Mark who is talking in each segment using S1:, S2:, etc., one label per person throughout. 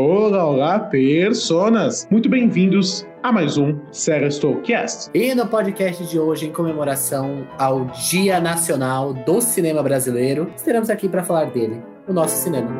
S1: Olá, personas! Muito bem-vindos a mais um Serious Talkcast.
S2: E no podcast de hoje, em comemoração ao Dia Nacional do Cinema Brasileiro, estaremos aqui para falar dele, o nosso cinema.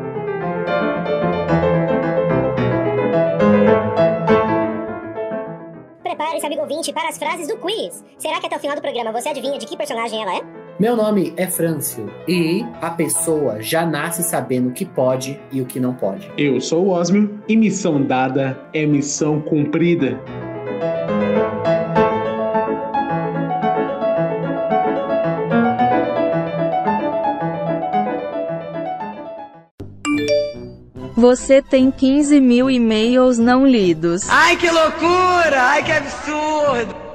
S3: Prepare-se, amigo ouvinte, para as frases do quiz. Será que até o final do programa você adivinha de que personagem ela é?
S2: Meu nome é Francio e a pessoa já nasce sabendo o que pode e o que não pode.
S1: Eu sou o Osmio e missão dada é missão cumprida.
S4: Você tem 15 mil e-mails não lidos.
S5: Ai, que loucura! Ai, que absurdo!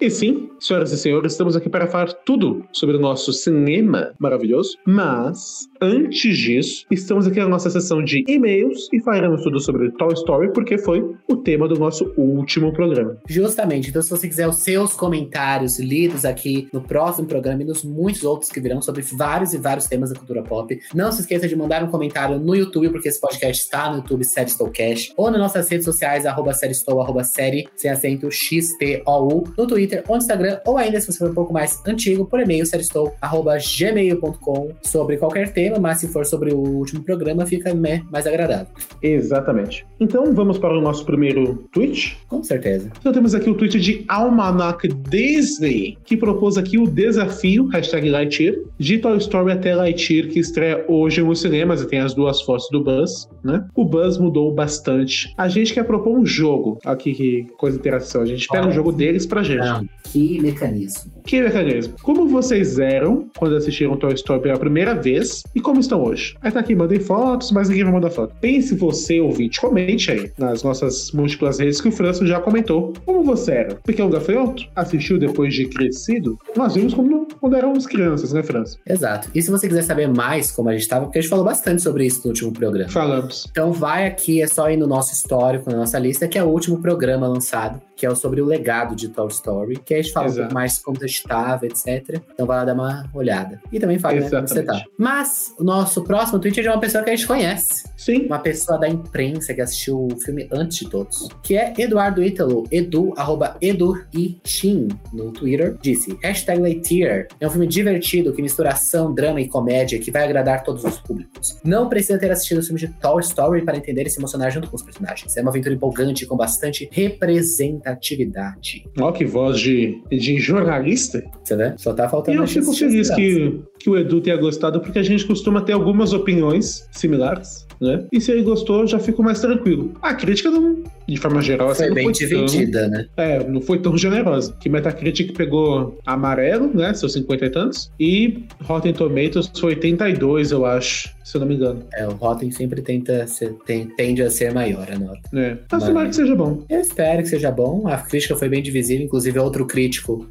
S1: E sim, senhoras e senhores, estamos aqui para falar tudo sobre o nosso cinema maravilhoso. Mas, antes disso, estamos aqui na nossa sessão de e-mails e falaremos tudo sobre Toy Story, porque foi o tema do nosso último programa.
S2: Justamente, então se você quiser os seus comentários lidos aqui no próximo programa e nos muitos outros que virão sobre vários e vários temas da cultura pop, não se esqueça de mandar um comentário no YouTube, porque esse podcast está no YouTube Série Estou Cash, ou nas nossas redes sociais, arroba série Estou, arroba série, sem acento, XTOU, no Twitter ou no Instagram, ou ainda, se você for um pouco mais antigo, por e-mail, sériestou, arroba gmail.com, sobre qualquer tema, mas se for sobre o último programa, fica meh, mais agradável.
S1: Exatamente. Então, vamos para o nosso primeiro tweet.
S2: Com certeza.
S1: Então temos aqui o tweet de Almanac Disney, que propôs aqui o desafio, hashtag Lightyear, de Toy Story até Lightyear, que estreia hoje nos cinemas e tem as duas fotos do Buzz, né? O Buzz mudou bastante. A gente quer propor um jogo, aqui que coisa de interação, a gente pega um jogo deles pra gente.
S2: Não, que mecanismo.
S1: Que mecanismo? Como vocês eram quando assistiram Toy Story pela primeira vez e como estão hoje? Aí tá aqui, mandei fotos, mas ninguém vai mandar foto. Pense você, ouvinte, comente aí nas nossas múltiplas redes que o Franço já comentou. Como você era? Pequeno gafanhoto? Assistiu depois de crescido? Nós vimos como quando éramos crianças, né, Franço?
S2: Exato. E se você quiser saber mais como a gente estava, porque a gente falou bastante sobre isso no último programa.
S1: Falamos.
S2: Então vai aqui, é só ir no nosso histórico, na nossa lista, que é o último programa lançado, que é o sobre o legado de Toy Story, que a gente fala um
S1: Exato.
S2: pouco mais como a gente estava, etc. Então vai lá dar uma olhada. E também fala né, como você tá.
S1: Exatamente.
S2: Mas o nosso próximo tweet é de uma pessoa que a gente conhece.
S1: Sim.
S2: Uma pessoa da imprensa que assistiu o filme antes de todos, que é Eduardo Ítalo, edu, arroba edu e Chin, no Twitter, disse hashtag Lightyear é um filme divertido que mistura ação, drama e comédia que vai agradar todos os públicos. Não precisa ter assistido o filme de Toy Story para entender e se emocionar junto com os personagens. É uma aventura empolgante com bastante representatividade.
S1: Ó, que voz de, de jornalista.
S2: Você vê? Só tá
S1: E
S2: faltando...
S1: eu
S2: a gente
S1: fico
S2: assistir
S1: feliz
S2: as
S1: que, que o Edu tenha gostado, porque a gente costuma ter algumas opiniões similares, né? E se ele gostou, eu já fico mais tranquilo. A crítica, não, de forma geral,
S2: crianças.
S1: assim,
S2: Foi
S1: não
S2: bem
S1: tão-
S2: dividida, né?
S1: É, não foi tão generosa. Que Metacritic pegou amarelo, né? Seus 50 e tantos. E Rotten Tomatoes foi 82, eu acho, se eu não me engano.
S2: É, o Rotten sempre tenta ser- tem- tende a ser maior né? a nota.
S1: É. Mas
S2: Maravilha.
S1: tomara que seja bom.
S2: Eu espero que seja bom. A crítica foi bem divisiva, inclusive outro crítico,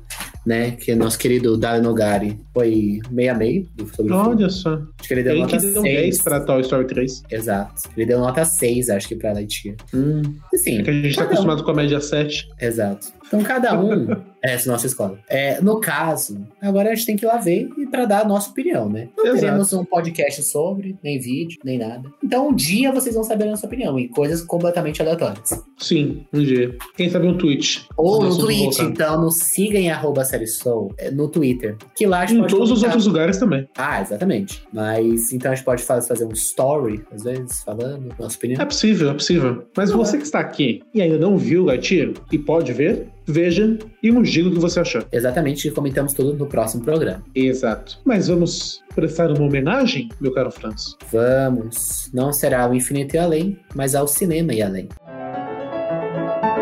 S2: né? Que é nosso querido Dario Nogari. Foi meio a meio do- sobre o filme.
S1: Olha só.
S2: Acho que ele deu
S1: Tem
S2: nota
S1: que deu 10
S2: 6.
S1: pra Toy Story 3.
S2: Exato. Ele deu nota 6, acho que, pra Lightyear.
S1: Hum.
S2: Assim,
S1: É que a gente tá
S2: cada um-
S1: acostumado com a média 7.
S2: Exato. Então cada um. Essa é a nossa escola. É, no caso, agora a gente tem que ir lá ver e pra dar a nossa opinião, né? Não
S1: Exato.
S2: teremos um podcast sobre, nem vídeo, nem nada. Então um dia vocês vão saber a nossa opinião e coisas completamente aleatórias.
S1: Sim, um dia. Quem sabe um tweet.
S2: Ou
S1: Quando
S2: no
S1: eu
S2: Twitch,
S1: voltar.
S2: então nos siga em arroba série Soul, é, no Twitter. Que lá a gente
S1: Em
S2: pode
S1: todos os
S2: comentar.
S1: outros lugares também.
S2: Ah, exatamente. Mas então a gente pode fa- fazer um story, às vezes, falando, nossa
S1: É
S2: opinião.
S1: possível, é possível. Mas
S2: Não
S1: você
S2: é.
S1: que está aqui e ainda não viu o gatilho e pode ver, veja e nos diga o que você achou.
S2: Exatamente, e comentamos tudo no próximo programa.
S1: Exato. Mas vamos prestar uma homenagem, meu caro Franz?
S2: Vamos! Não será ao infinito e além, mas ao cinema e além.
S1: E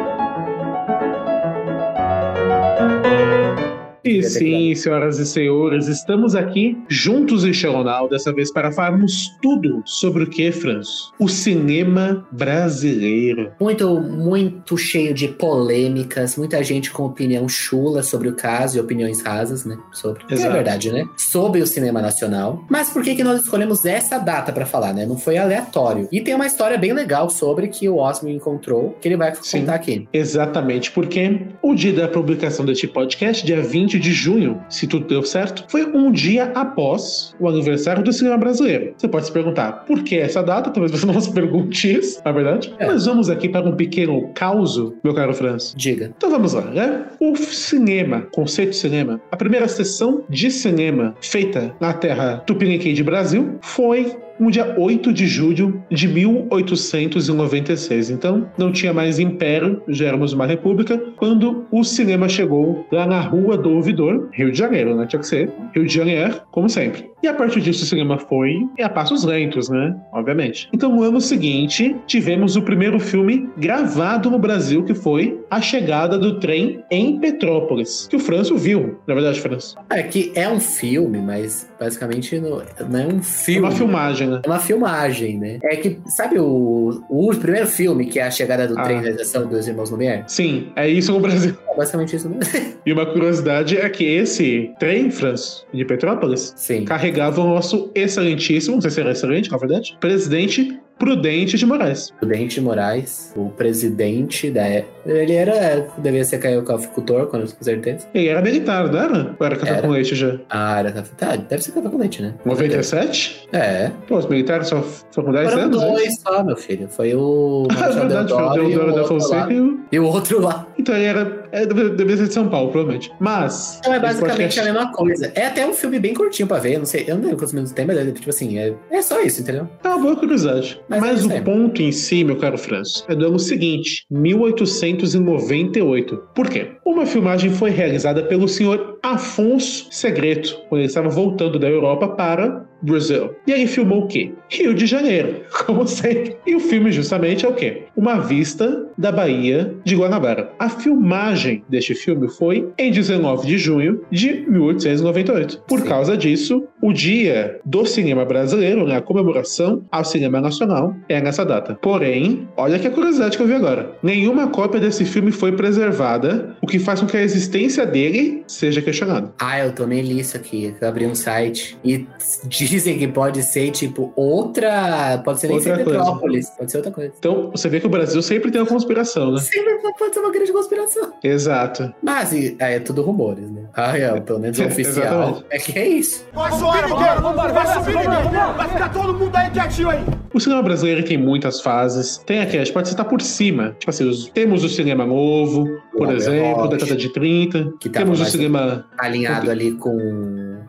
S2: Devia ter
S1: sim, senhoras e senhores, estamos aqui juntos em Xeronal, dessa vez para falarmos tudo sobre o que, Franz? O cinema brasileiro.
S2: Muito, muito cheio de polêmicas, muita gente com opinião chula sobre o caso e opiniões rasas, né? Sobre. que É
S1: Exato.
S2: verdade, né? Sobre o cinema nacional. Mas por que, que nós escolhemos essa data pra falar, né? Não foi aleatório. E tem uma história bem legal sobre que o Osmo encontrou, que ele vai
S1: Sim.
S2: contar aqui.
S1: Exatamente, porque o dia da publicação deste podcast, dia 20 de junho, se tudo deu certo, foi um dia após o aniversário do cinema brasileiro. Você pode se perguntar por que essa data, talvez você não se pergunte isso, na verdade.
S2: É.
S1: Mas vamos aqui para um pequeno caos, meu caro Franz.
S2: Diga.
S1: Então vamos lá, né? O cinema, conceito de cinema, a primeira sessão de cinema feita na terra Tupiniquim de Brasil foi no Um dia 8 de julho de 1896. Então não tinha mais império, já éramos uma república, quando o cinema chegou lá na Rua do Ouvidor, Rio de Janeiro, né? Tinha que ser Rio de Janeiro, como sempre. E a partir disso o cinema foi a passos lentos, né? Obviamente. Então no ano seguinte tivemos o primeiro filme gravado no Brasil, que foi A Chegada do Trem em Petrópolis, que o Franço viu, na verdade, Franço.
S2: É que é um filme, mas basicamente não, não é um
S1: É
S2: filme.
S1: uma filmagem, né?
S2: É uma filmagem, né? É que, sabe o, o primeiro filme que é a chegada do
S1: Ah.
S2: trem da estação dos Irmãos Lumière?
S1: Sim, é isso no Brasil.
S2: É basicamente isso mesmo.
S1: E uma curiosidade é que esse trem, Franz, de Petrópolis,
S2: Sim.
S1: carregava o nosso excelentíssimo, não sei se era excelente, na verdade, presidente Prudente de Moraes.
S2: O Dente Moraes, o presidente da. é- Ele era. Devia ser caio cafeicultor, com certeza.
S1: Ele era militar, não era? Ou era café
S2: Era.
S1: com leite já?
S2: Ah, era café. Tá, deve ser café com leite, né?
S1: 97?
S2: É.
S1: Pô, os militares só foram 10
S2: Foram
S1: anos, né?
S2: dois só, meu filho. Foi o.
S1: Ah, é
S2: Marechal
S1: verdade, foi o
S2: Deodoro e o
S1: Deodoro da
S2: outro lá.
S1: Fonseca e o...
S2: E o outro lá.
S1: Então ele era... é, deve- devia ser de São Paulo, provavelmente. Mas...
S2: Então é
S1: esse
S2: basicamente
S1: podcast-
S2: a mesma coisa. É até um filme bem curtinho pra ver. Eu não sei, eu não lembro quantos minutos tem, mas é tipo assim, é, é só isso, entendeu?
S1: É uma boa curiosidade.
S2: Mas
S1: Mas,
S2: é
S1: o
S2: isso aí.
S1: ponto em si, meu caro Franço, é do ano seguinte, 1898. Por quê? Uma filmagem foi realizada pelo senhor Afonso Segreto, quando ele estava voltando da Europa para Brasil. E ele filmou o quê? Rio de Janeiro, como sempre. E o filme justamente é o quê? Uma vista da Bahia de Guanabara. A filmagem deste filme foi em 19 de junho de 1898. Por
S2: Sim.
S1: causa disso, o dia do cinema brasileiro, né, a comemoração ao cinema nacional, é nessa data. Porém, olha que curiosidade que eu vi agora. Nenhuma cópia desse filme foi preservada, o que faz com que a existência dele seja questionada.
S2: Ah, eu tomei lixo aqui. Eu abri um site e dizem que pode ser, tipo, outra. Pode ser nem
S1: Outra
S2: ser
S1: coisa.
S2: Petrópolis. Pode ser outra coisa.
S1: Então, você vê que o Brasil sempre tem uma conspiração, né?
S2: Sempre pode ser uma grande conspiração.
S1: Exato.
S2: Mas e- é, tudo rumores, né? Ah, é, pelo menos o oficial.
S1: Exatamente.
S2: é que é isso.
S6: Vai subir ninguém! Vai subir ninguém! Vai ficar todo mundo aí quietinho aí!
S1: O cinema brasileiro tem muitas fases. Tem aqui, a gente pode citar por cima. Tipo assim, os- temos o cinema novo, por
S2: Robert
S1: exemplo,
S2: Rocha.
S1: da década de 30.
S2: Que tava
S1: Temos o
S2: mais-
S1: cinema.
S2: Alinhado ali com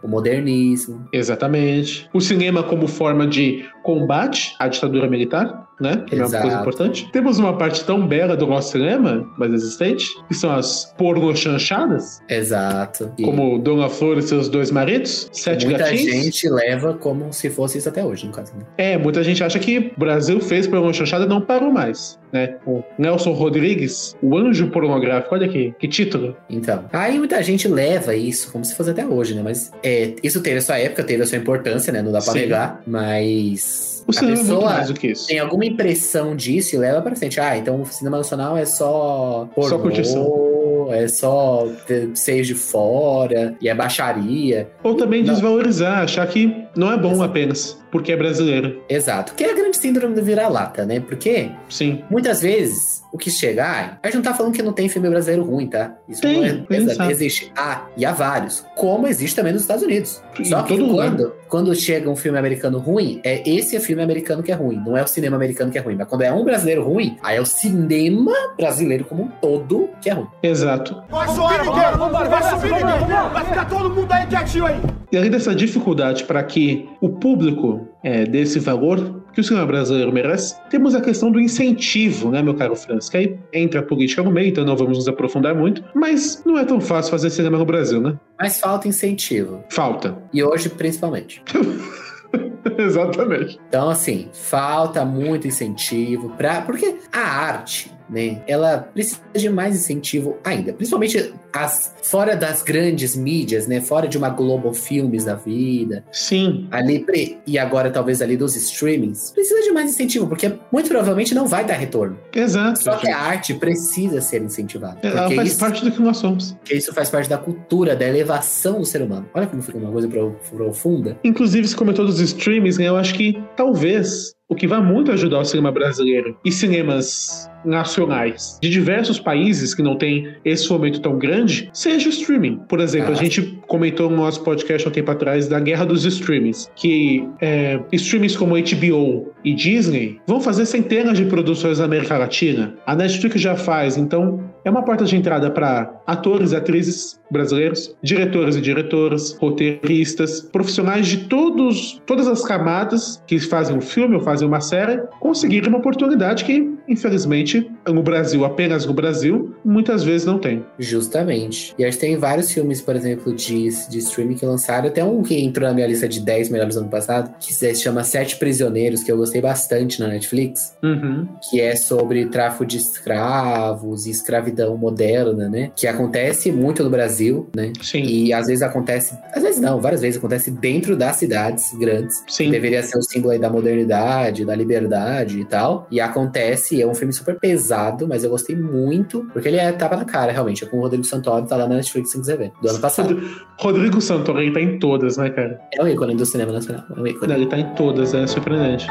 S2: o modernismo.
S1: Exatamente. O cinema como forma de combate à ditadura militar, né? Que é uma
S2: Exato.
S1: coisa importante. Temos uma parte tão bela do nosso cinema, mas existente, que são as porno chanchadas,
S2: Exato. E
S1: como Dona Flor e seus dois maridos, Sete
S2: muita
S1: Gatinhos.
S2: gente leva como se fosse isso até hoje, no caso. Né?
S1: É, muita gente acha que o Brasil fez pornô chanchada e não parou mais, né? O Nelson Rodrigues, o anjo pornográfico, olha aqui, que título.
S2: Então, aí muita gente leva isso como se fosse até hoje, né? Mas é, isso teve a sua época, teve a sua importância, né? Não dá pra
S1: Sim.
S2: negar. Mas
S1: O
S2: a
S1: cinema é muito
S2: pessoa
S1: mais do que isso.
S2: tem alguma impressão disso e leva pra frente. Ah, então o cinema nacional é só
S1: Só curtição.
S2: É só ter- seis de fora, e é baixaria.
S1: Ou também
S2: Não.
S1: desvalorizar, achar que não é bom
S2: Exato.
S1: apenas, porque é brasileiro.
S2: Exato. Que é a grande síndrome do vira-lata, né? Porque
S1: Sim.
S2: muitas vezes o que chega, ah, a gente não tá falando que não tem filme brasileiro ruim, tá? Isso
S1: Tem,
S2: não é.
S1: tem,
S2: exa-
S1: sabe?
S2: existe. Ah, e há vários. Como existe também nos Estados Unidos.
S1: Em
S2: Só que
S1: todo lugar.
S2: quando, quando chega um filme americano ruim, é esse filme americano que é ruim. Não é o cinema americano que é ruim. Mas quando é um brasileiro ruim, aí é o cinema brasileiro como um todo que é ruim.
S1: Exato.
S6: Vai subir ninguém! Vai subir ninguém! Vai ficar todo mundo aí quietinho aí!
S1: E além dessa dificuldade para que o público é, dê esse valor que o cinema brasileiro merece, temos a questão do incentivo, né, meu caro Franz? Que aí entra a política no meio, então não vamos nos aprofundar muito, mas não é tão fácil fazer cinema no Brasil, né?
S2: Mas falta incentivo.
S1: Falta.
S2: E hoje, principalmente.
S1: Exatamente.
S2: Então, assim, falta muito incentivo para Porque a arte, né? Ela precisa de mais incentivo ainda. Principalmente as fora das grandes mídias, né? Fora de uma Globo Filmes da vida.
S1: Sim.
S2: Ali, pre- e agora talvez ali dos streamings. Precisa de mais incentivo, porque muito provavelmente não vai dar retorno.
S1: Exato.
S2: Só que
S1: gente.
S2: a arte precisa ser incentivada.
S1: É, Ela
S2: Porque
S1: faz
S2: isso,
S1: parte do que nós somos.
S2: porque isso faz parte da cultura, da elevação do ser humano. Olha como fica uma coisa pro- profunda.
S1: Inclusive, se comentou dos streams, né, eu acho que talvez o que vai muito ajudar o cinema brasileiro e cinemas nacionais de diversos países que não têm esse fomento tão grande, seja o streaming. Por exemplo,
S2: Ah.
S1: a gente comentou no nosso podcast há um tempo atrás da guerra dos streamings, que é, streamings como HBO e Disney vão fazer centenas de produções na América Latina. A Netflix já faz, então é uma porta de entrada para atores e atrizes brasileiros, diretores e diretoras, roteiristas, profissionais de todos, todas as camadas que fazem um filme ou fazem uma série, conseguirem uma oportunidade que, infelizmente, no Brasil, apenas no Brasil, muitas vezes não tem.
S2: Justamente. E a gente tem vários filmes, por exemplo, de, de streaming que lançaram. Até um que entrou na minha lista de 10 melhores do ano passado, que se chama Sete Prisioneiros, que eu gostei bastante na Netflix,
S1: Uhum.
S2: que é sobre tráfico de escravos e escravidão moderna, né? Que acontece muito no Brasil, né?
S1: Sim,
S2: E às vezes acontece, às vezes não, várias vezes acontece dentro das cidades grandes.
S1: sim.
S2: Deveria ser o símbolo aí da modernidade, da liberdade e tal. E acontece, é um filme super pesado, mas eu gostei muito, porque ele é tapa na cara, realmente. É com o Rodrigo Santoro, tá lá na Netflix sem quiser ver, do ano passado.
S1: Rodrigo Santoro, ele tá em todas, né, cara?
S2: É um ícone do cinema nacional, é um ícone.
S1: Ele tá em todas, é surpreendente.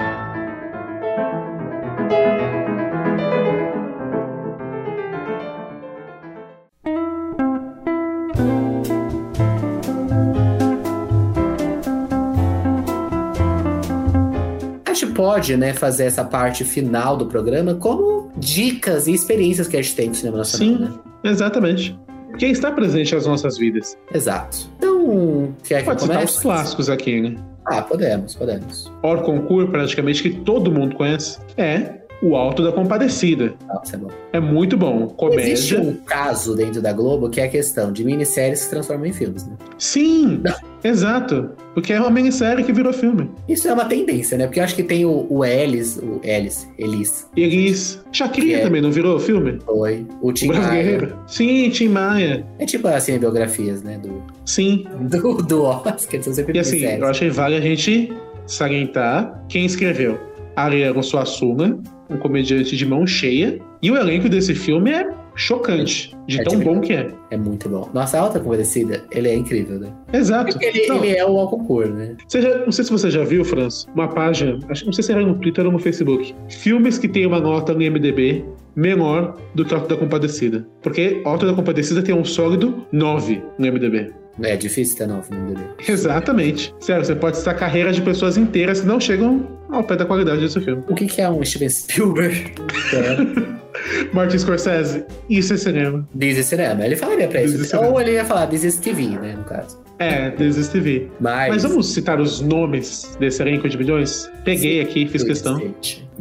S1: É.
S2: A gente pode, né, fazer essa parte final do programa como dicas e experiências que a gente tem do cinema nacional,
S1: Sim.
S2: né?
S1: Exatamente. Quem está presente nas nossas vidas.
S2: Exato. Então, quer que eu
S1: Pode citar
S2: comece?
S1: os clássicos aqui, né?
S2: Ah, podemos, podemos.
S1: Or concur, praticamente, que todo mundo conhece, é o Alto da Compadecida.
S2: Nossa, é bom.
S1: É muito bom. Comédia.
S2: Existe um caso dentro da Globo que é a questão de minisséries que se transformam em filmes, né?
S1: Sim, exato. Porque é uma minissérie que virou filme.
S2: Isso é uma tendência, né? Porque eu acho que tem o, o Ellis, o Ellis, Elis,
S1: Elis. Chacrinha
S2: É.
S1: é também não virou filme?
S2: foi, o Tim
S1: o Bravo
S2: Maia.
S1: Guerreiro. Sim, Tim Maia.
S2: É tipo as cinebiografias, né? Do,
S1: Sim.
S2: do, do Oscar, são sempre
S1: E assim,
S2: minisséries.
S1: eu achei vale a gente salientar quem escreveu. Ariano Suassuna, um comediante de mão cheia. E o elenco desse filme é chocante, de
S2: É
S1: tão
S2: de-
S1: bom que é.
S2: É muito bom. Nossa, a alta comedecida, ele é incrível, né?
S1: Exato.
S2: Porque ele,
S1: Não.
S2: ele é o ao concurso, né?
S1: Você já- não sei se você já viu, Franz, uma página, acho, não sei se era no Twitter ou no Facebook, filmes que tem uma nota no IMDB menor do que Auto da Compadecida. Porque Auto da Compadecida tem um sólido 9 no IMDB.
S2: É difícil ter novo no bebê.
S1: Exatamente. Sério, você pode estar carreiras de pessoas inteiras que não chegam ao pé da qualidade desse filme.
S2: O que, que é um Steven Spielberg? É,
S1: Martin Scorsese, isso é cinema.
S2: This is cinema. Ele falaria pra isso.
S1: This is cinema.
S2: Ou ele ia falar This is TV, né? No caso.
S1: É, desisti TV.
S2: É
S1: Mas vamos citar os nomes desse elenco de milhões? Peguei aqui, fiz questão.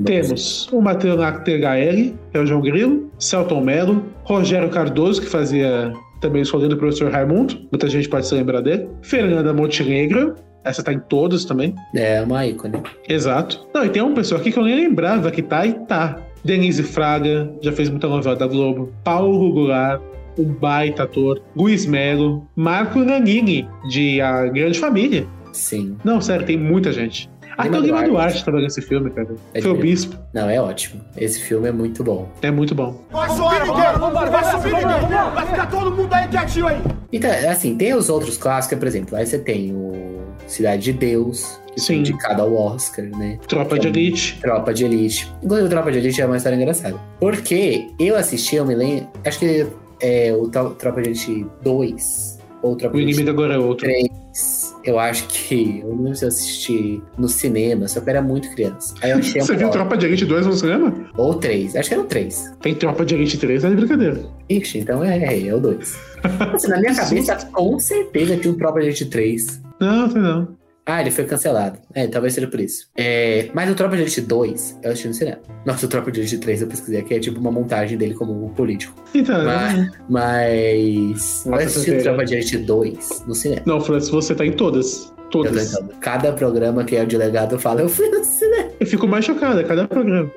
S1: Temos o Matheus THL, que é o João Grilo, Celton Mello, Rogério Cardoso, que fazia também escolhendo o professor Raimundo, muita gente pode se lembrar dele, Fernanda Montenegro, essa tá em todos também,
S2: É uma ícone.
S1: exato. Não, e tem uma pessoa aqui que eu nem lembrava que tá e tá. Denise Fraga, já fez muita novela da Globo, Paulo Goulart, um baita ator, Luiz Melo, Marco Nanini, de A Grande Família.
S2: Sim.
S1: Não, sério, tem muita gente. Até o Lima
S2: Duarte.
S1: Duarte tava nesse filme, cara.
S2: É
S1: Foi o
S2: de-
S1: Bispo.
S2: Não, é ótimo. Esse filme é muito bom.
S1: É muito bom.
S6: Vai subir ninguém, vambora, vai subir ninguém. Vai ficar todo mundo aí quietinho aí.
S2: Então, assim, tem os outros clássicos, por exemplo, aí você tem o Cidade de Deus, que
S1: Sim.
S2: foi indicado ao Oscar, né?
S1: Tropa de Elite.
S2: Tropa de Elite. Inclusive, Tropa de Elite é uma história engraçada. Porque eu assisti, eu me lembro. Acho que é o Tro- Tropa de Elite 2 ou Tropa
S1: O
S2: de Elite
S1: inimigo agora é outro.
S2: Eu acho que. Eu não lembro se eu assisti no cinema, só que eu era muito criança. Aí eu achei
S1: Você
S2: um
S1: viu
S2: ótimo.
S1: Tropa de Elite 2 no cinema?
S2: Ou três. Acho que eram três.
S1: Tem Tropa de Elite 3, é de brincadeira.
S2: Ixi, então é, é o 2. na minha cabeça, com certeza tinha um Tropa de Elite 3.
S1: Não, tem não.
S2: Ah, ele foi cancelado. É, talvez seja por isso. É, mas o Tropa de Elite 2, eu assisti no cinema. Nossa, o Tropa de Elite 3 eu pesquisei aqui, é tipo uma montagem dele como um político.
S1: Então,
S2: Mas, mas eu
S1: Nossa,
S2: assisti o
S1: certeza.
S2: Tropa de Elite 2 no cinema.
S1: não, Francis, você tá em todas.
S2: Eu tô
S1: Todas. Eu,
S2: tentando. Cada programa que é o delegado fala, eu fui no cinema.
S1: fico mais chocado a cada programa.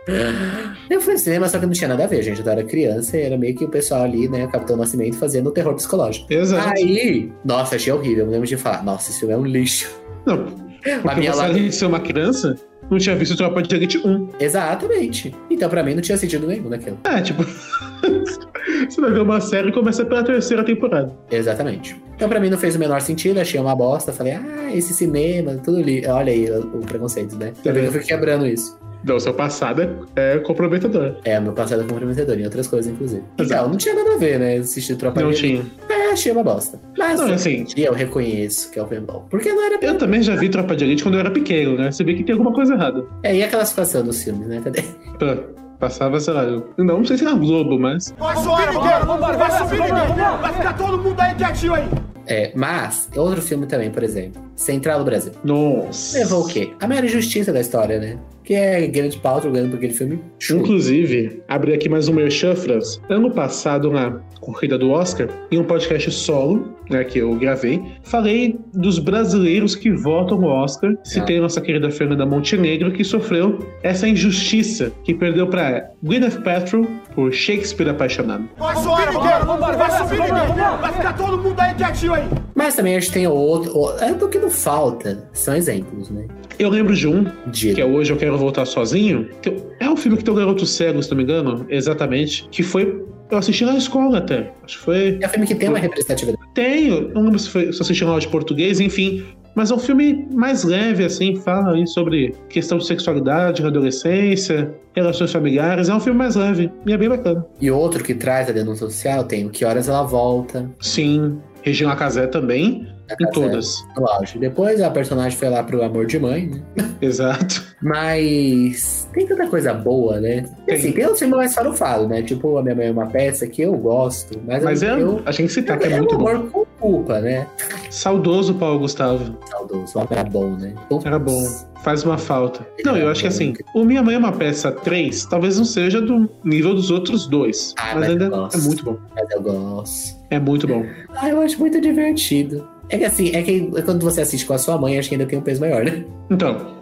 S2: Eu fui no cinema, só que não tinha nada a ver, gente. Eu era criança e era meio que o pessoal ali, né, Capitão Nascimento, fazendo terror psicológico.
S1: Exato.
S2: Aí, nossa, achei horrível. Eu lembro de falar, nossa, esse filme é um lixo.
S1: Não,
S2: A
S1: porque
S2: minha
S1: você,
S2: lá-
S1: além de ser uma criança, não tinha visto Tropa de Elite 1.
S2: Exatamente. Então, pra mim, não tinha sentido nenhum naquilo.
S1: É, tipo... você vai ver uma série e começa pela terceira temporada.
S2: Exatamente. Então, pra mim, não fez o menor sentido. Achei uma bosta. Falei, ah, esse cinema, tudo ali. Olha aí o o preconceito, né? Também eu fui quebrando isso.
S1: Não, seu passado é comprometedor.
S2: É, meu passado é comprometedor, em outras coisas, inclusive.
S1: Exato.
S2: Então, não tinha nada a ver, né? Assistir Tropa
S1: Não
S2: Livre.
S1: tinha.
S2: É, achei uma bosta. Mas
S1: Não,
S2: hoje
S1: assim-
S2: em dia eu reconheço que é o bom. Porque não era.
S1: Eu também já vi Tropa de Elite quando eu era pequeno, né? Você vê que tem alguma coisa errada.
S2: É, e a classificação dos filmes, né? Cadê?
S1: Pô, Passava, sei lá, eu- não, não sei se na Globo, mas.
S6: Vai subir ninguém, vai subir ninguém. Vai ficar todo mundo aí quietinho aí.
S2: É, mas, outro filme também, por exemplo, Central do Brasil.
S1: Nossa.
S2: Levou o quê? A maior injustiça da história, né? Que é Gwyneth Paltrow ganhando por aquele filme.
S1: Uhum.
S2: Chulo.
S1: Inclusive, abri aqui mais um meu chanfras. Ano passado, na corrida do Oscar, em um podcast solo, né, que eu gravei, falei dos brasileiros que votam no Oscar. Citei a nossa querida Fernanda Montenegro, que sofreu essa injustiça, que perdeu pra Gwyneth Paltrow por Shakespeare Apaixonado.
S6: Vai subir ninguém, vai subir ninguém. Vai ficar todo mundo aí quietinho aí.
S2: Mas também a gente tem outro. o- É do que não falta. São exemplos, né?
S1: Eu lembro de um,
S2: De
S1: que é Hoje Eu Quero Voltar Sozinho. que eu- é um filme que tem o Garoto Cego, se não me engano, exatamente, que foi... Eu assisti na escola até. Acho que foi
S2: É um filme que tem uma representatividade.
S1: Tenho, não lembro se, foi, se assisti aula de português, enfim. Mas é um filme mais leve, assim, fala aí sobre questão de sexualidade na adolescência, relações familiares. É um filme mais leve e é bem bacana.
S2: E outro que traz a denúncia social tem o Que Horas Ela Volta.
S1: Sim, Regina Casé também,
S2: a
S1: em
S2: Casa
S1: todas.
S2: No auge. Depois a personagem foi lá pro Amor de Mãe, né?
S1: Exato.
S2: Mas tem tanta coisa boa, né? Tem. Assim,
S1: Tem.
S2: tem uns filmes mais farofado, né? Tipo, A Minha Mãe é uma peça que eu gosto, mas,
S1: Mas é,
S2: eu,
S1: a gente citar que
S2: eu,
S1: é muito
S2: um
S1: bom.
S2: amor com culpa, né?
S1: Saudoso Paulo Gustavo.
S2: Saudoso, o amor era bom, né? Putz.
S1: Era bom. Faz uma falta.
S2: Ele
S1: Não,
S2: era
S1: eu acho que
S2: bom.
S1: assim, o Minha Mãe é uma peça 3 talvez não seja do nível dos outros dois.
S2: Ah,
S1: mas
S2: mas
S1: ainda
S2: eu gosto.
S1: é muito bom.
S2: Mas eu gosto.
S1: É muito bom.
S2: Ah, eu acho muito divertido. É que assim, é que quando você assiste com a sua mãe, acho que ainda tem um peso maior, né?
S1: Então.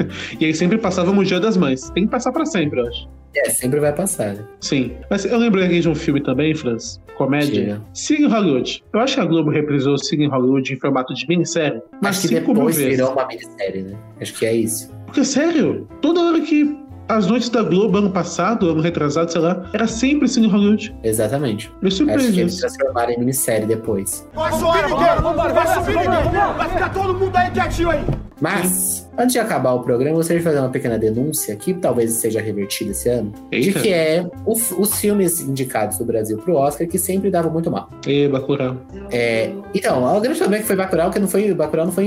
S1: e aí sempre passavam o Dia das Mães. Tem que passar pra sempre, eu acho.
S2: É, sempre vai passar, né?
S1: Sim. Mas eu lembrei aqui de um filme também, Franz. Comédia.
S2: Diga.
S1: Sig Hollywood. Eu acho que a Globo reprisou Sig Hollywood em formato de minissérie. Mas
S2: acho que
S1: cinco mil
S2: depois
S1: vezes.
S2: virou uma minissérie, né? Acho que é isso.
S1: Porque, sério, toda hora que as noites da Globo, ano passado, ano retrasado, sei lá, era sempre Sig Hollywood.
S2: Exatamente.
S1: Me
S2: Acho que
S1: surpreende.
S2: eles transformaram em minissérie depois.
S6: Vai subir ninguém, vai subir ninguém. Vai ficar todo mundo aí quietinho aí.
S2: Mas, antes de acabar o programa, eu gostaria de fazer uma pequena denúncia que talvez seja revertida esse ano. de
S1: Eita.
S2: Que é o f- os filmes indicados do Brasil pro Oscar que sempre davam muito mal.
S1: Eba, Curau.
S2: É, então, o grande problema é que foi Bacurau, que não foi, Bacurau não foi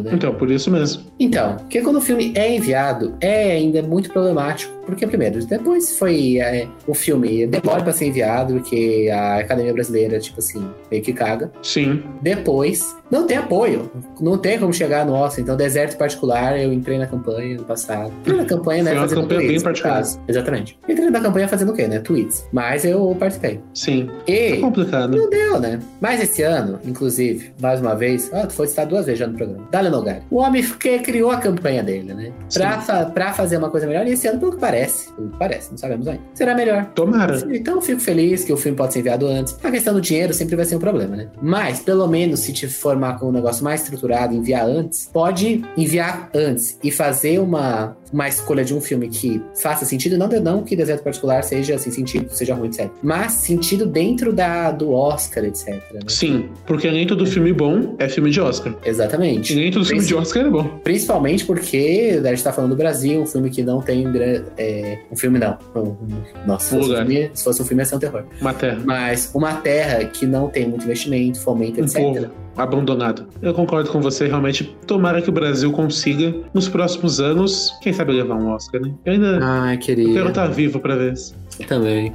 S2: né?
S1: Então, por isso mesmo.
S2: Então, porque quando o filme é enviado, é ainda muito problemático. Porque, primeiro, depois foi é, o filme demora pra ser enviado, porque a Academia Brasileira, tipo assim, meio que caga.
S1: Sim.
S2: Depois, não tem apoio. Não tem como chegar no Oscar. Então, Deserto Particular, eu entrei na campanha no passado. Entrei na campanha, né?
S1: Foi uma
S2: fazendo
S1: campanha bem
S2: tweets, no
S1: particular.
S2: caso. Exatamente. Entrei na campanha fazendo o quê, né? Tweets. Mas eu participei.
S1: Sim. É
S2: E
S1: complicado.
S2: não deu, né? Mas esse ano, inclusive, mais uma vez, ah, tu foi citar duas vezes já no programa. Dale Nogari. O homem que criou a campanha dele, né? Pra, fa- pra fazer uma coisa melhor. E esse ano, pelo que parece, pelo que parece, não sabemos ainda. Será melhor.
S1: Tomara.
S2: Então eu fico feliz que o filme pode ser enviado antes. A questão do dinheiro sempre vai ser um problema, né? Mas, pelo menos, se te formar com um negócio mais estruturado, enviar antes, pode enviar antes e fazer uma, uma escolha de um filme que faça sentido. Não, não que Deserto Particular seja assim, sentido, seja ruim, etc. Mas sentido dentro da, do Oscar, etc. né?
S1: Sim. Porque nem todo filme bom é filme de Oscar. E
S2: Exatamente.
S1: nem todo filme de Oscar é bom.
S2: Principalmente porque a gente tá falando do Brasil, um filme que não tem. um gran- É, um filme não. Um- Nossa, se
S1: Um
S2: fosse um
S1: lugar.
S2: filme, se fosse um filme ia ser um terror.
S1: Uma terra.
S2: Mas uma terra que não tem muito investimento, fomenta,
S1: Um
S2: etc.
S1: povo abandonado. Eu concordo com você, realmente. Tomara que o Brasil consiga, nos próximos anos, quem sabe levar um Oscar, né? Eu ainda
S2: Ai,
S1: eu
S2: querido.
S1: quero estar vivo pra ver isso.
S2: Também.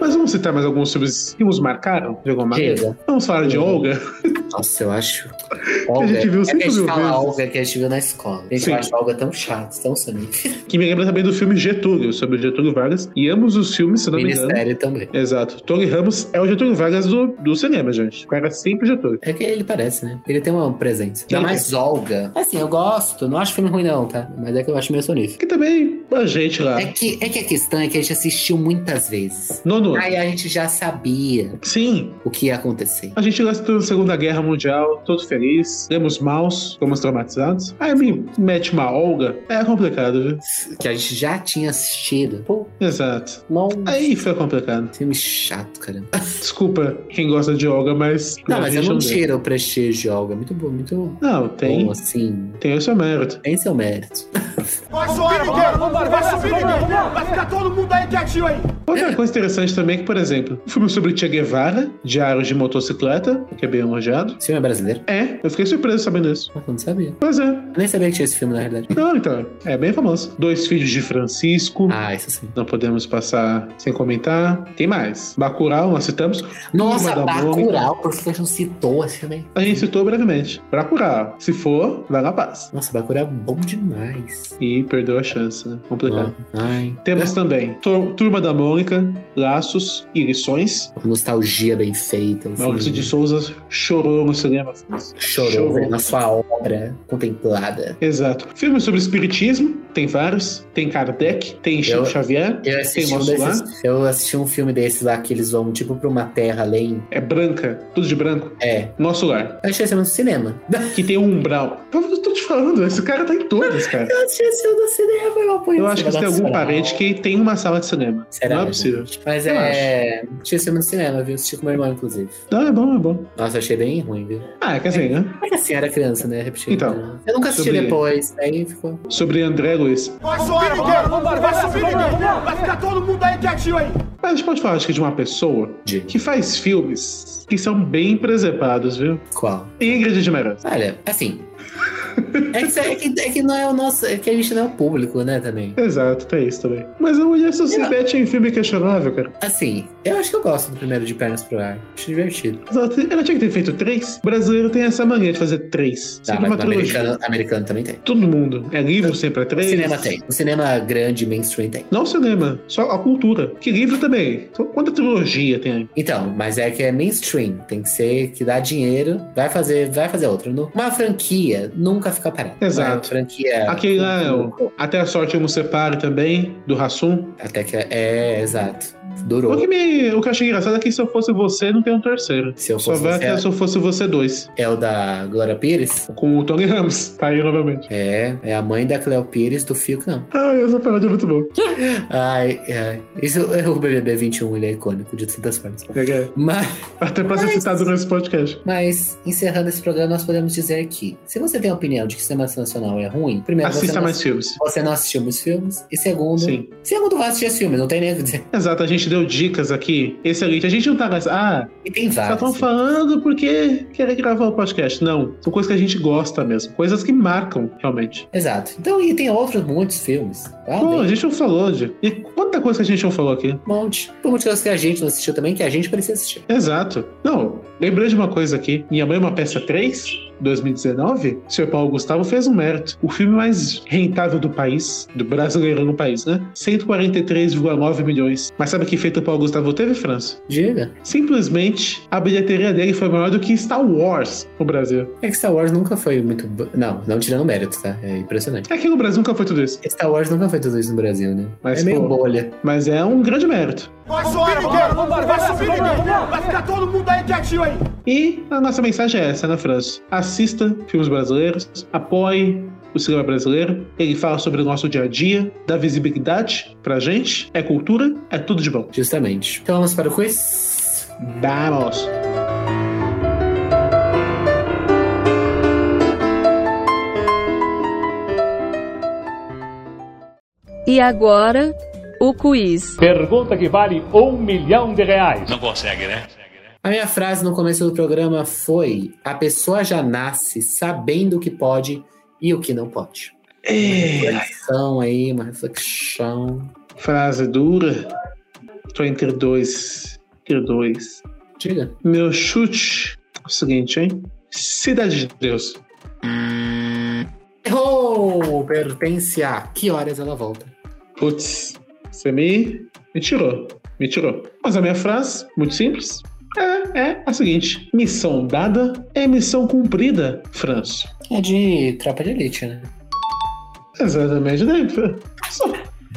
S1: Mas vamos citar mais alguns filmes que nos marcaram de alguma maneira.
S2: Diga.
S1: Vamos falar de
S2: Sim.
S1: Olga?
S2: Nossa, eu acho.
S1: a gente viu
S2: é que a
S1: 5
S2: gente
S1: mil
S2: fala
S1: vezes.
S2: Olga que a gente viu na escola. A gente
S1: Sim.
S2: acha Olga tão chato, tão somente.
S1: Que me lembra também do filme Getúlio, sobre o Getúlio Vargas. E ambos os filmes, se não me engano.
S2: Ministério também.
S1: Exato. Tony Ramos é o Getúlio Vargas do, do cinema, gente. O cara é sempre Getúlio.
S2: É que ele parece, né? Ele tem uma presença.
S1: Ele
S2: Ainda mais Olga. Assim, eu gosto, não acho filme ruim, não, tá? Mas é que eu acho meio sonífero.
S1: Que também a gente lá.
S2: É que, é que a questão é que a gente assistiu muitas vezes.
S1: Nono.
S2: Aí a gente já sabia
S1: Sim,
S2: o que ia acontecer.
S1: a gente lá estudou na Segunda Guerra Guerra Mundial, todo feliz. Lemos maus, ficamos traumatizados. Aí me mete uma Olga, é complicado, viu?
S2: Que a gente já tinha assistido. Pô,
S1: Exato.
S2: não.
S1: Aí foi complicado.
S2: Filme chato, cara.
S1: Desculpa quem gosta de Olga, mas.
S2: Não, mas eu não
S1: tinha.
S2: tiro o prestígio de Olga. Muito bom, muito
S1: Não, tem.
S2: bom, assim.
S1: Tem o seu mérito.
S2: Tem seu mérito.
S6: Vai subir ninguém, vambora, vai subir ninguém. Vai ficar todo mundo aí quietinho aí.
S1: Outra coisa interessante também é que, por exemplo, um filme sobre Che Guevara, Diários de Motocicleta, que é bem elogiado.
S2: Esse filme é brasileiro? Ah,
S1: É, eu fiquei surpreso sabendo isso.
S2: Eu não sabia.
S1: Pois é.
S2: Eu nem sabia que tinha esse filme, na verdade.
S1: Não, então, é bem famoso. Dois Filhos de Francisco.
S2: Ah, isso sim.
S1: Não podemos passar sem comentar. Tem mais. Bacurau, nós citamos.
S2: Nossa,
S1: Turma da Mônica.
S2: Bacurau, por que a gente não citou esse filme? aí?
S1: A gente citou brevemente. Bacurau. Se for, vai na paz.
S2: Nossa, Bacurau é bom demais.
S1: E perdeu a chance, né? Complicado.
S2: Ai.
S1: Temos também Tur- Turma da Mônica, Laços e Lições.
S2: Nostalgia bem feita. assim.
S1: Maurício de Souza chorou no cinema.
S2: Chorou, né,
S1: Chorou.
S2: na sua obra contemplada.
S1: Exato. Filmes sobre espiritismo, tem vários. Tem Kardec, tem Chico
S2: Eu-
S1: Xavier,
S2: Eu
S1: tem
S2: assisti, um
S1: Mossolar.
S2: desses, eu assisti um filme desses lá que eles vão, tipo, pra uma terra além.
S1: É branca, tudo de branco.
S2: É.
S1: Nosso lar.
S2: Eu achei esse filme no cinema.
S1: Que tem um umbral. Eu tô te falando, esse cara tá em todas, cara.
S2: Eu achei esse filme no cinema, eu apoio
S1: Eu
S2: esse
S1: acho que você tem
S2: negócio
S1: algum
S2: nacional.
S1: parente que tem uma sala de cinema.
S2: Será?
S1: Não é
S2: né?
S1: possível.
S2: Mas
S1: Eu
S2: é. Assisti esse filme no cinema, viu? Assisti com meu irmão, inclusive.
S1: Não, é bom, é bom.
S2: Nossa, eu achei bem ruim, viu?
S1: Ah, é que assim, né?
S2: Mas assim, era criança, né? Repetindo.
S1: Então,
S2: Eu nunca assisti
S1: sobre-
S2: depois. Aí ficou.
S1: Sobre André Luiz.
S6: Vai subir ninguém, vai subir ninguém. Vai ficar todo mundo aí quietinho aí.
S1: Mas a gente pode falar, acho que, de uma pessoa
S2: De
S1: que faz filmes que são bem presepados, viu?
S2: qual?
S1: Ingrid de Meirelles.
S2: Olha, assim. é, que, é que- é que não é o nosso. É que a gente não é o público, né, também.
S1: Exato, tem isso também. Mas a mulher só se mete em filme questionável, cara.
S2: Assim, eu acho que eu gosto do primeiro de pernas pro ar. Acho divertido.
S1: Ela te- ela tinha que ter feito três. O brasileiro tem essa mania de fazer três.
S2: Tá,
S1: Sempre
S2: mas
S1: uma
S2: no
S1: trilogia.
S2: americano, americano também tem.
S1: Todo mundo. É livro sempre é
S2: No
S1: três.
S2: cinema tem. No cinema grande, mainstream tem.
S1: Não o cinema, só a cultura. Que livro também. Então, Quanta trilogia tem aí?
S2: Então, mas é que é mainstream. Tem que ser que dá dinheiro, vai fazer, vai fazer outro. Não- Uma franquia nunca fica parada.
S1: Exato.
S2: Uma franquia.
S1: Aquele lá é o Até a Sorte Eu Nos Separe também, do Rassum.
S2: Até que. É, exato.
S1: O
S2: Durou.
S1: que, me, o que eu achei engraçado é que se eu fosse você, não tem um terceiro.
S2: Se eu
S1: Só
S2: fosse
S1: vai
S2: você,
S1: até se eu fosse você dois.
S2: é o da Glória Pires?
S1: Com o Tony Ramos. Tá aí novamente.
S2: É, é a mãe da Cleo Pires do Fiuk, não.
S1: Ai, essa parada é muito boa.
S2: Ai, ai. Isso é o BBB 21, ele é icônico de tantas formas.
S1: É que é.
S2: Mas,
S1: Até pra ser citado nesse podcast.
S2: mas, encerrando esse programa, nós podemos dizer que se você tem a opinião de que o cinema nacional é ruim, primeiro, você
S1: Assista
S2: não,
S1: mais filmes.
S2: você não assistiu muitos filmes, e segundo,
S1: Sim.
S2: segundo, vai assistir esse filme, não tem nem o que dizer.
S1: Exato, a gente deu dicas aqui. Excelente. A gente não tá nessa. Ah,
S2: E tem
S1: só
S2: vários.
S1: estão falando porque querem gravar o podcast. Não. São coisas que a gente gosta mesmo. Coisas que marcam, realmente.
S2: Exato. Então, e tem outros muitos filmes. Tá?
S1: Pô, a
S2: Tem
S1: gente não falou de. E quanta coisa que a gente não falou aqui.
S2: um monte. Por motivos que a gente não assistiu também, que a gente precisa assistir.
S1: Exato. Não, lembrei de uma coisa aqui. Minha Mãe é uma Peça 3, 2019. O senhor Paulo Gustavo fez um mérito. O filme mais rentável do país, do brasileiro no país, né? 143,9 milhões. Mas sabe que feito o Paulo Gustavo teve, França?
S2: Diga.
S1: Simplesmente a bilheteria dele foi maior do que Star Wars no Brasil.
S2: É que Star Wars nunca foi muito. bo- Não, não tirando mérito, tá? É impressionante.
S1: Aqui no Brasil nunca foi tudo isso.
S2: Star Wars nunca foi tudo isso no Brasil, né?
S1: Mas,
S2: é meio
S1: pô,
S2: bolha.
S1: Mas é um grande mérito.
S6: Vai subir ninguém, vai subir ninguém. Vai ficar todo mundo aí quietinho aí.
S1: E a nossa mensagem é essa, né, França? Assista filmes brasileiros, apoie o cinema brasileiro. Ele fala sobre o nosso dia a dia, dá visibilidade pra gente, é cultura, é tudo de bom.
S2: Justamente. Então vamos para o quiz.
S1: Vamos!
S4: E agora, o quiz.
S7: Pergunta que vale um milhão de reais.
S8: Não consegue, né?
S2: A minha frase no começo do programa foi: A pessoa já nasce sabendo o que pode e o que não pode.
S1: É,
S2: Reflexão aí, uma reflexão.
S1: frase dura. Tô entre dois. Entre dois.
S2: Diga.
S1: Meu chute é o seguinte, hein? Cidade de Deus.
S2: Errou! Oh, Pertence a que horas ela volta?
S1: Putz, você me, me tirou. Me tirou. Mas a minha frase, muito simples, é, é a seguinte: missão dada é missão cumprida, Franço.
S2: É de tropa de elite, né?
S1: Exatamente, né? Só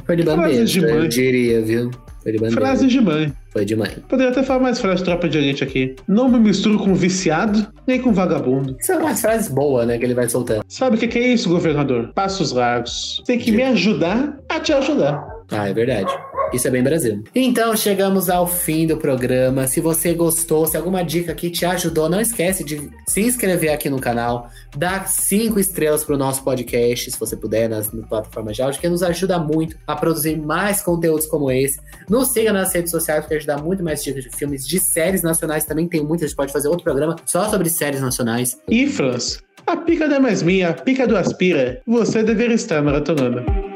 S2: Foi de
S1: Frase
S2: bandeira,
S1: de mãe.
S2: eu diria, viu? Foi de bandeira.
S1: Frases de mãe.
S2: Foi de mãe.
S1: Poderia até falar mais frases de tropa de elite aqui. Não me misturo com viciado, nem com vagabundo.
S2: São umas frases boas, né? Que ele vai soltando.
S1: Sabe o que, que é isso, governador? Passos largos. Tem que me ajudar a te ajudar.
S2: Ah, é verdade. Isso é bem Brasil. Então chegamos ao fim do programa. Se você gostou, se alguma dica aqui te ajudou, não esquece de se inscrever aqui no canal, dar cinco estrelas pro nosso podcast, se você puder, nas, nas plataformas de áudio, que nos ajuda muito a produzir mais conteúdos como esse. Nos siga nas redes sociais, que ajuda muito mais dicas de filmes, de séries nacionais também tem muitas. A gente pode fazer outro programa só sobre séries nacionais.
S1: E Franz, a pica não é mais minha, a pica do aspira. Você deveria estar maratonando.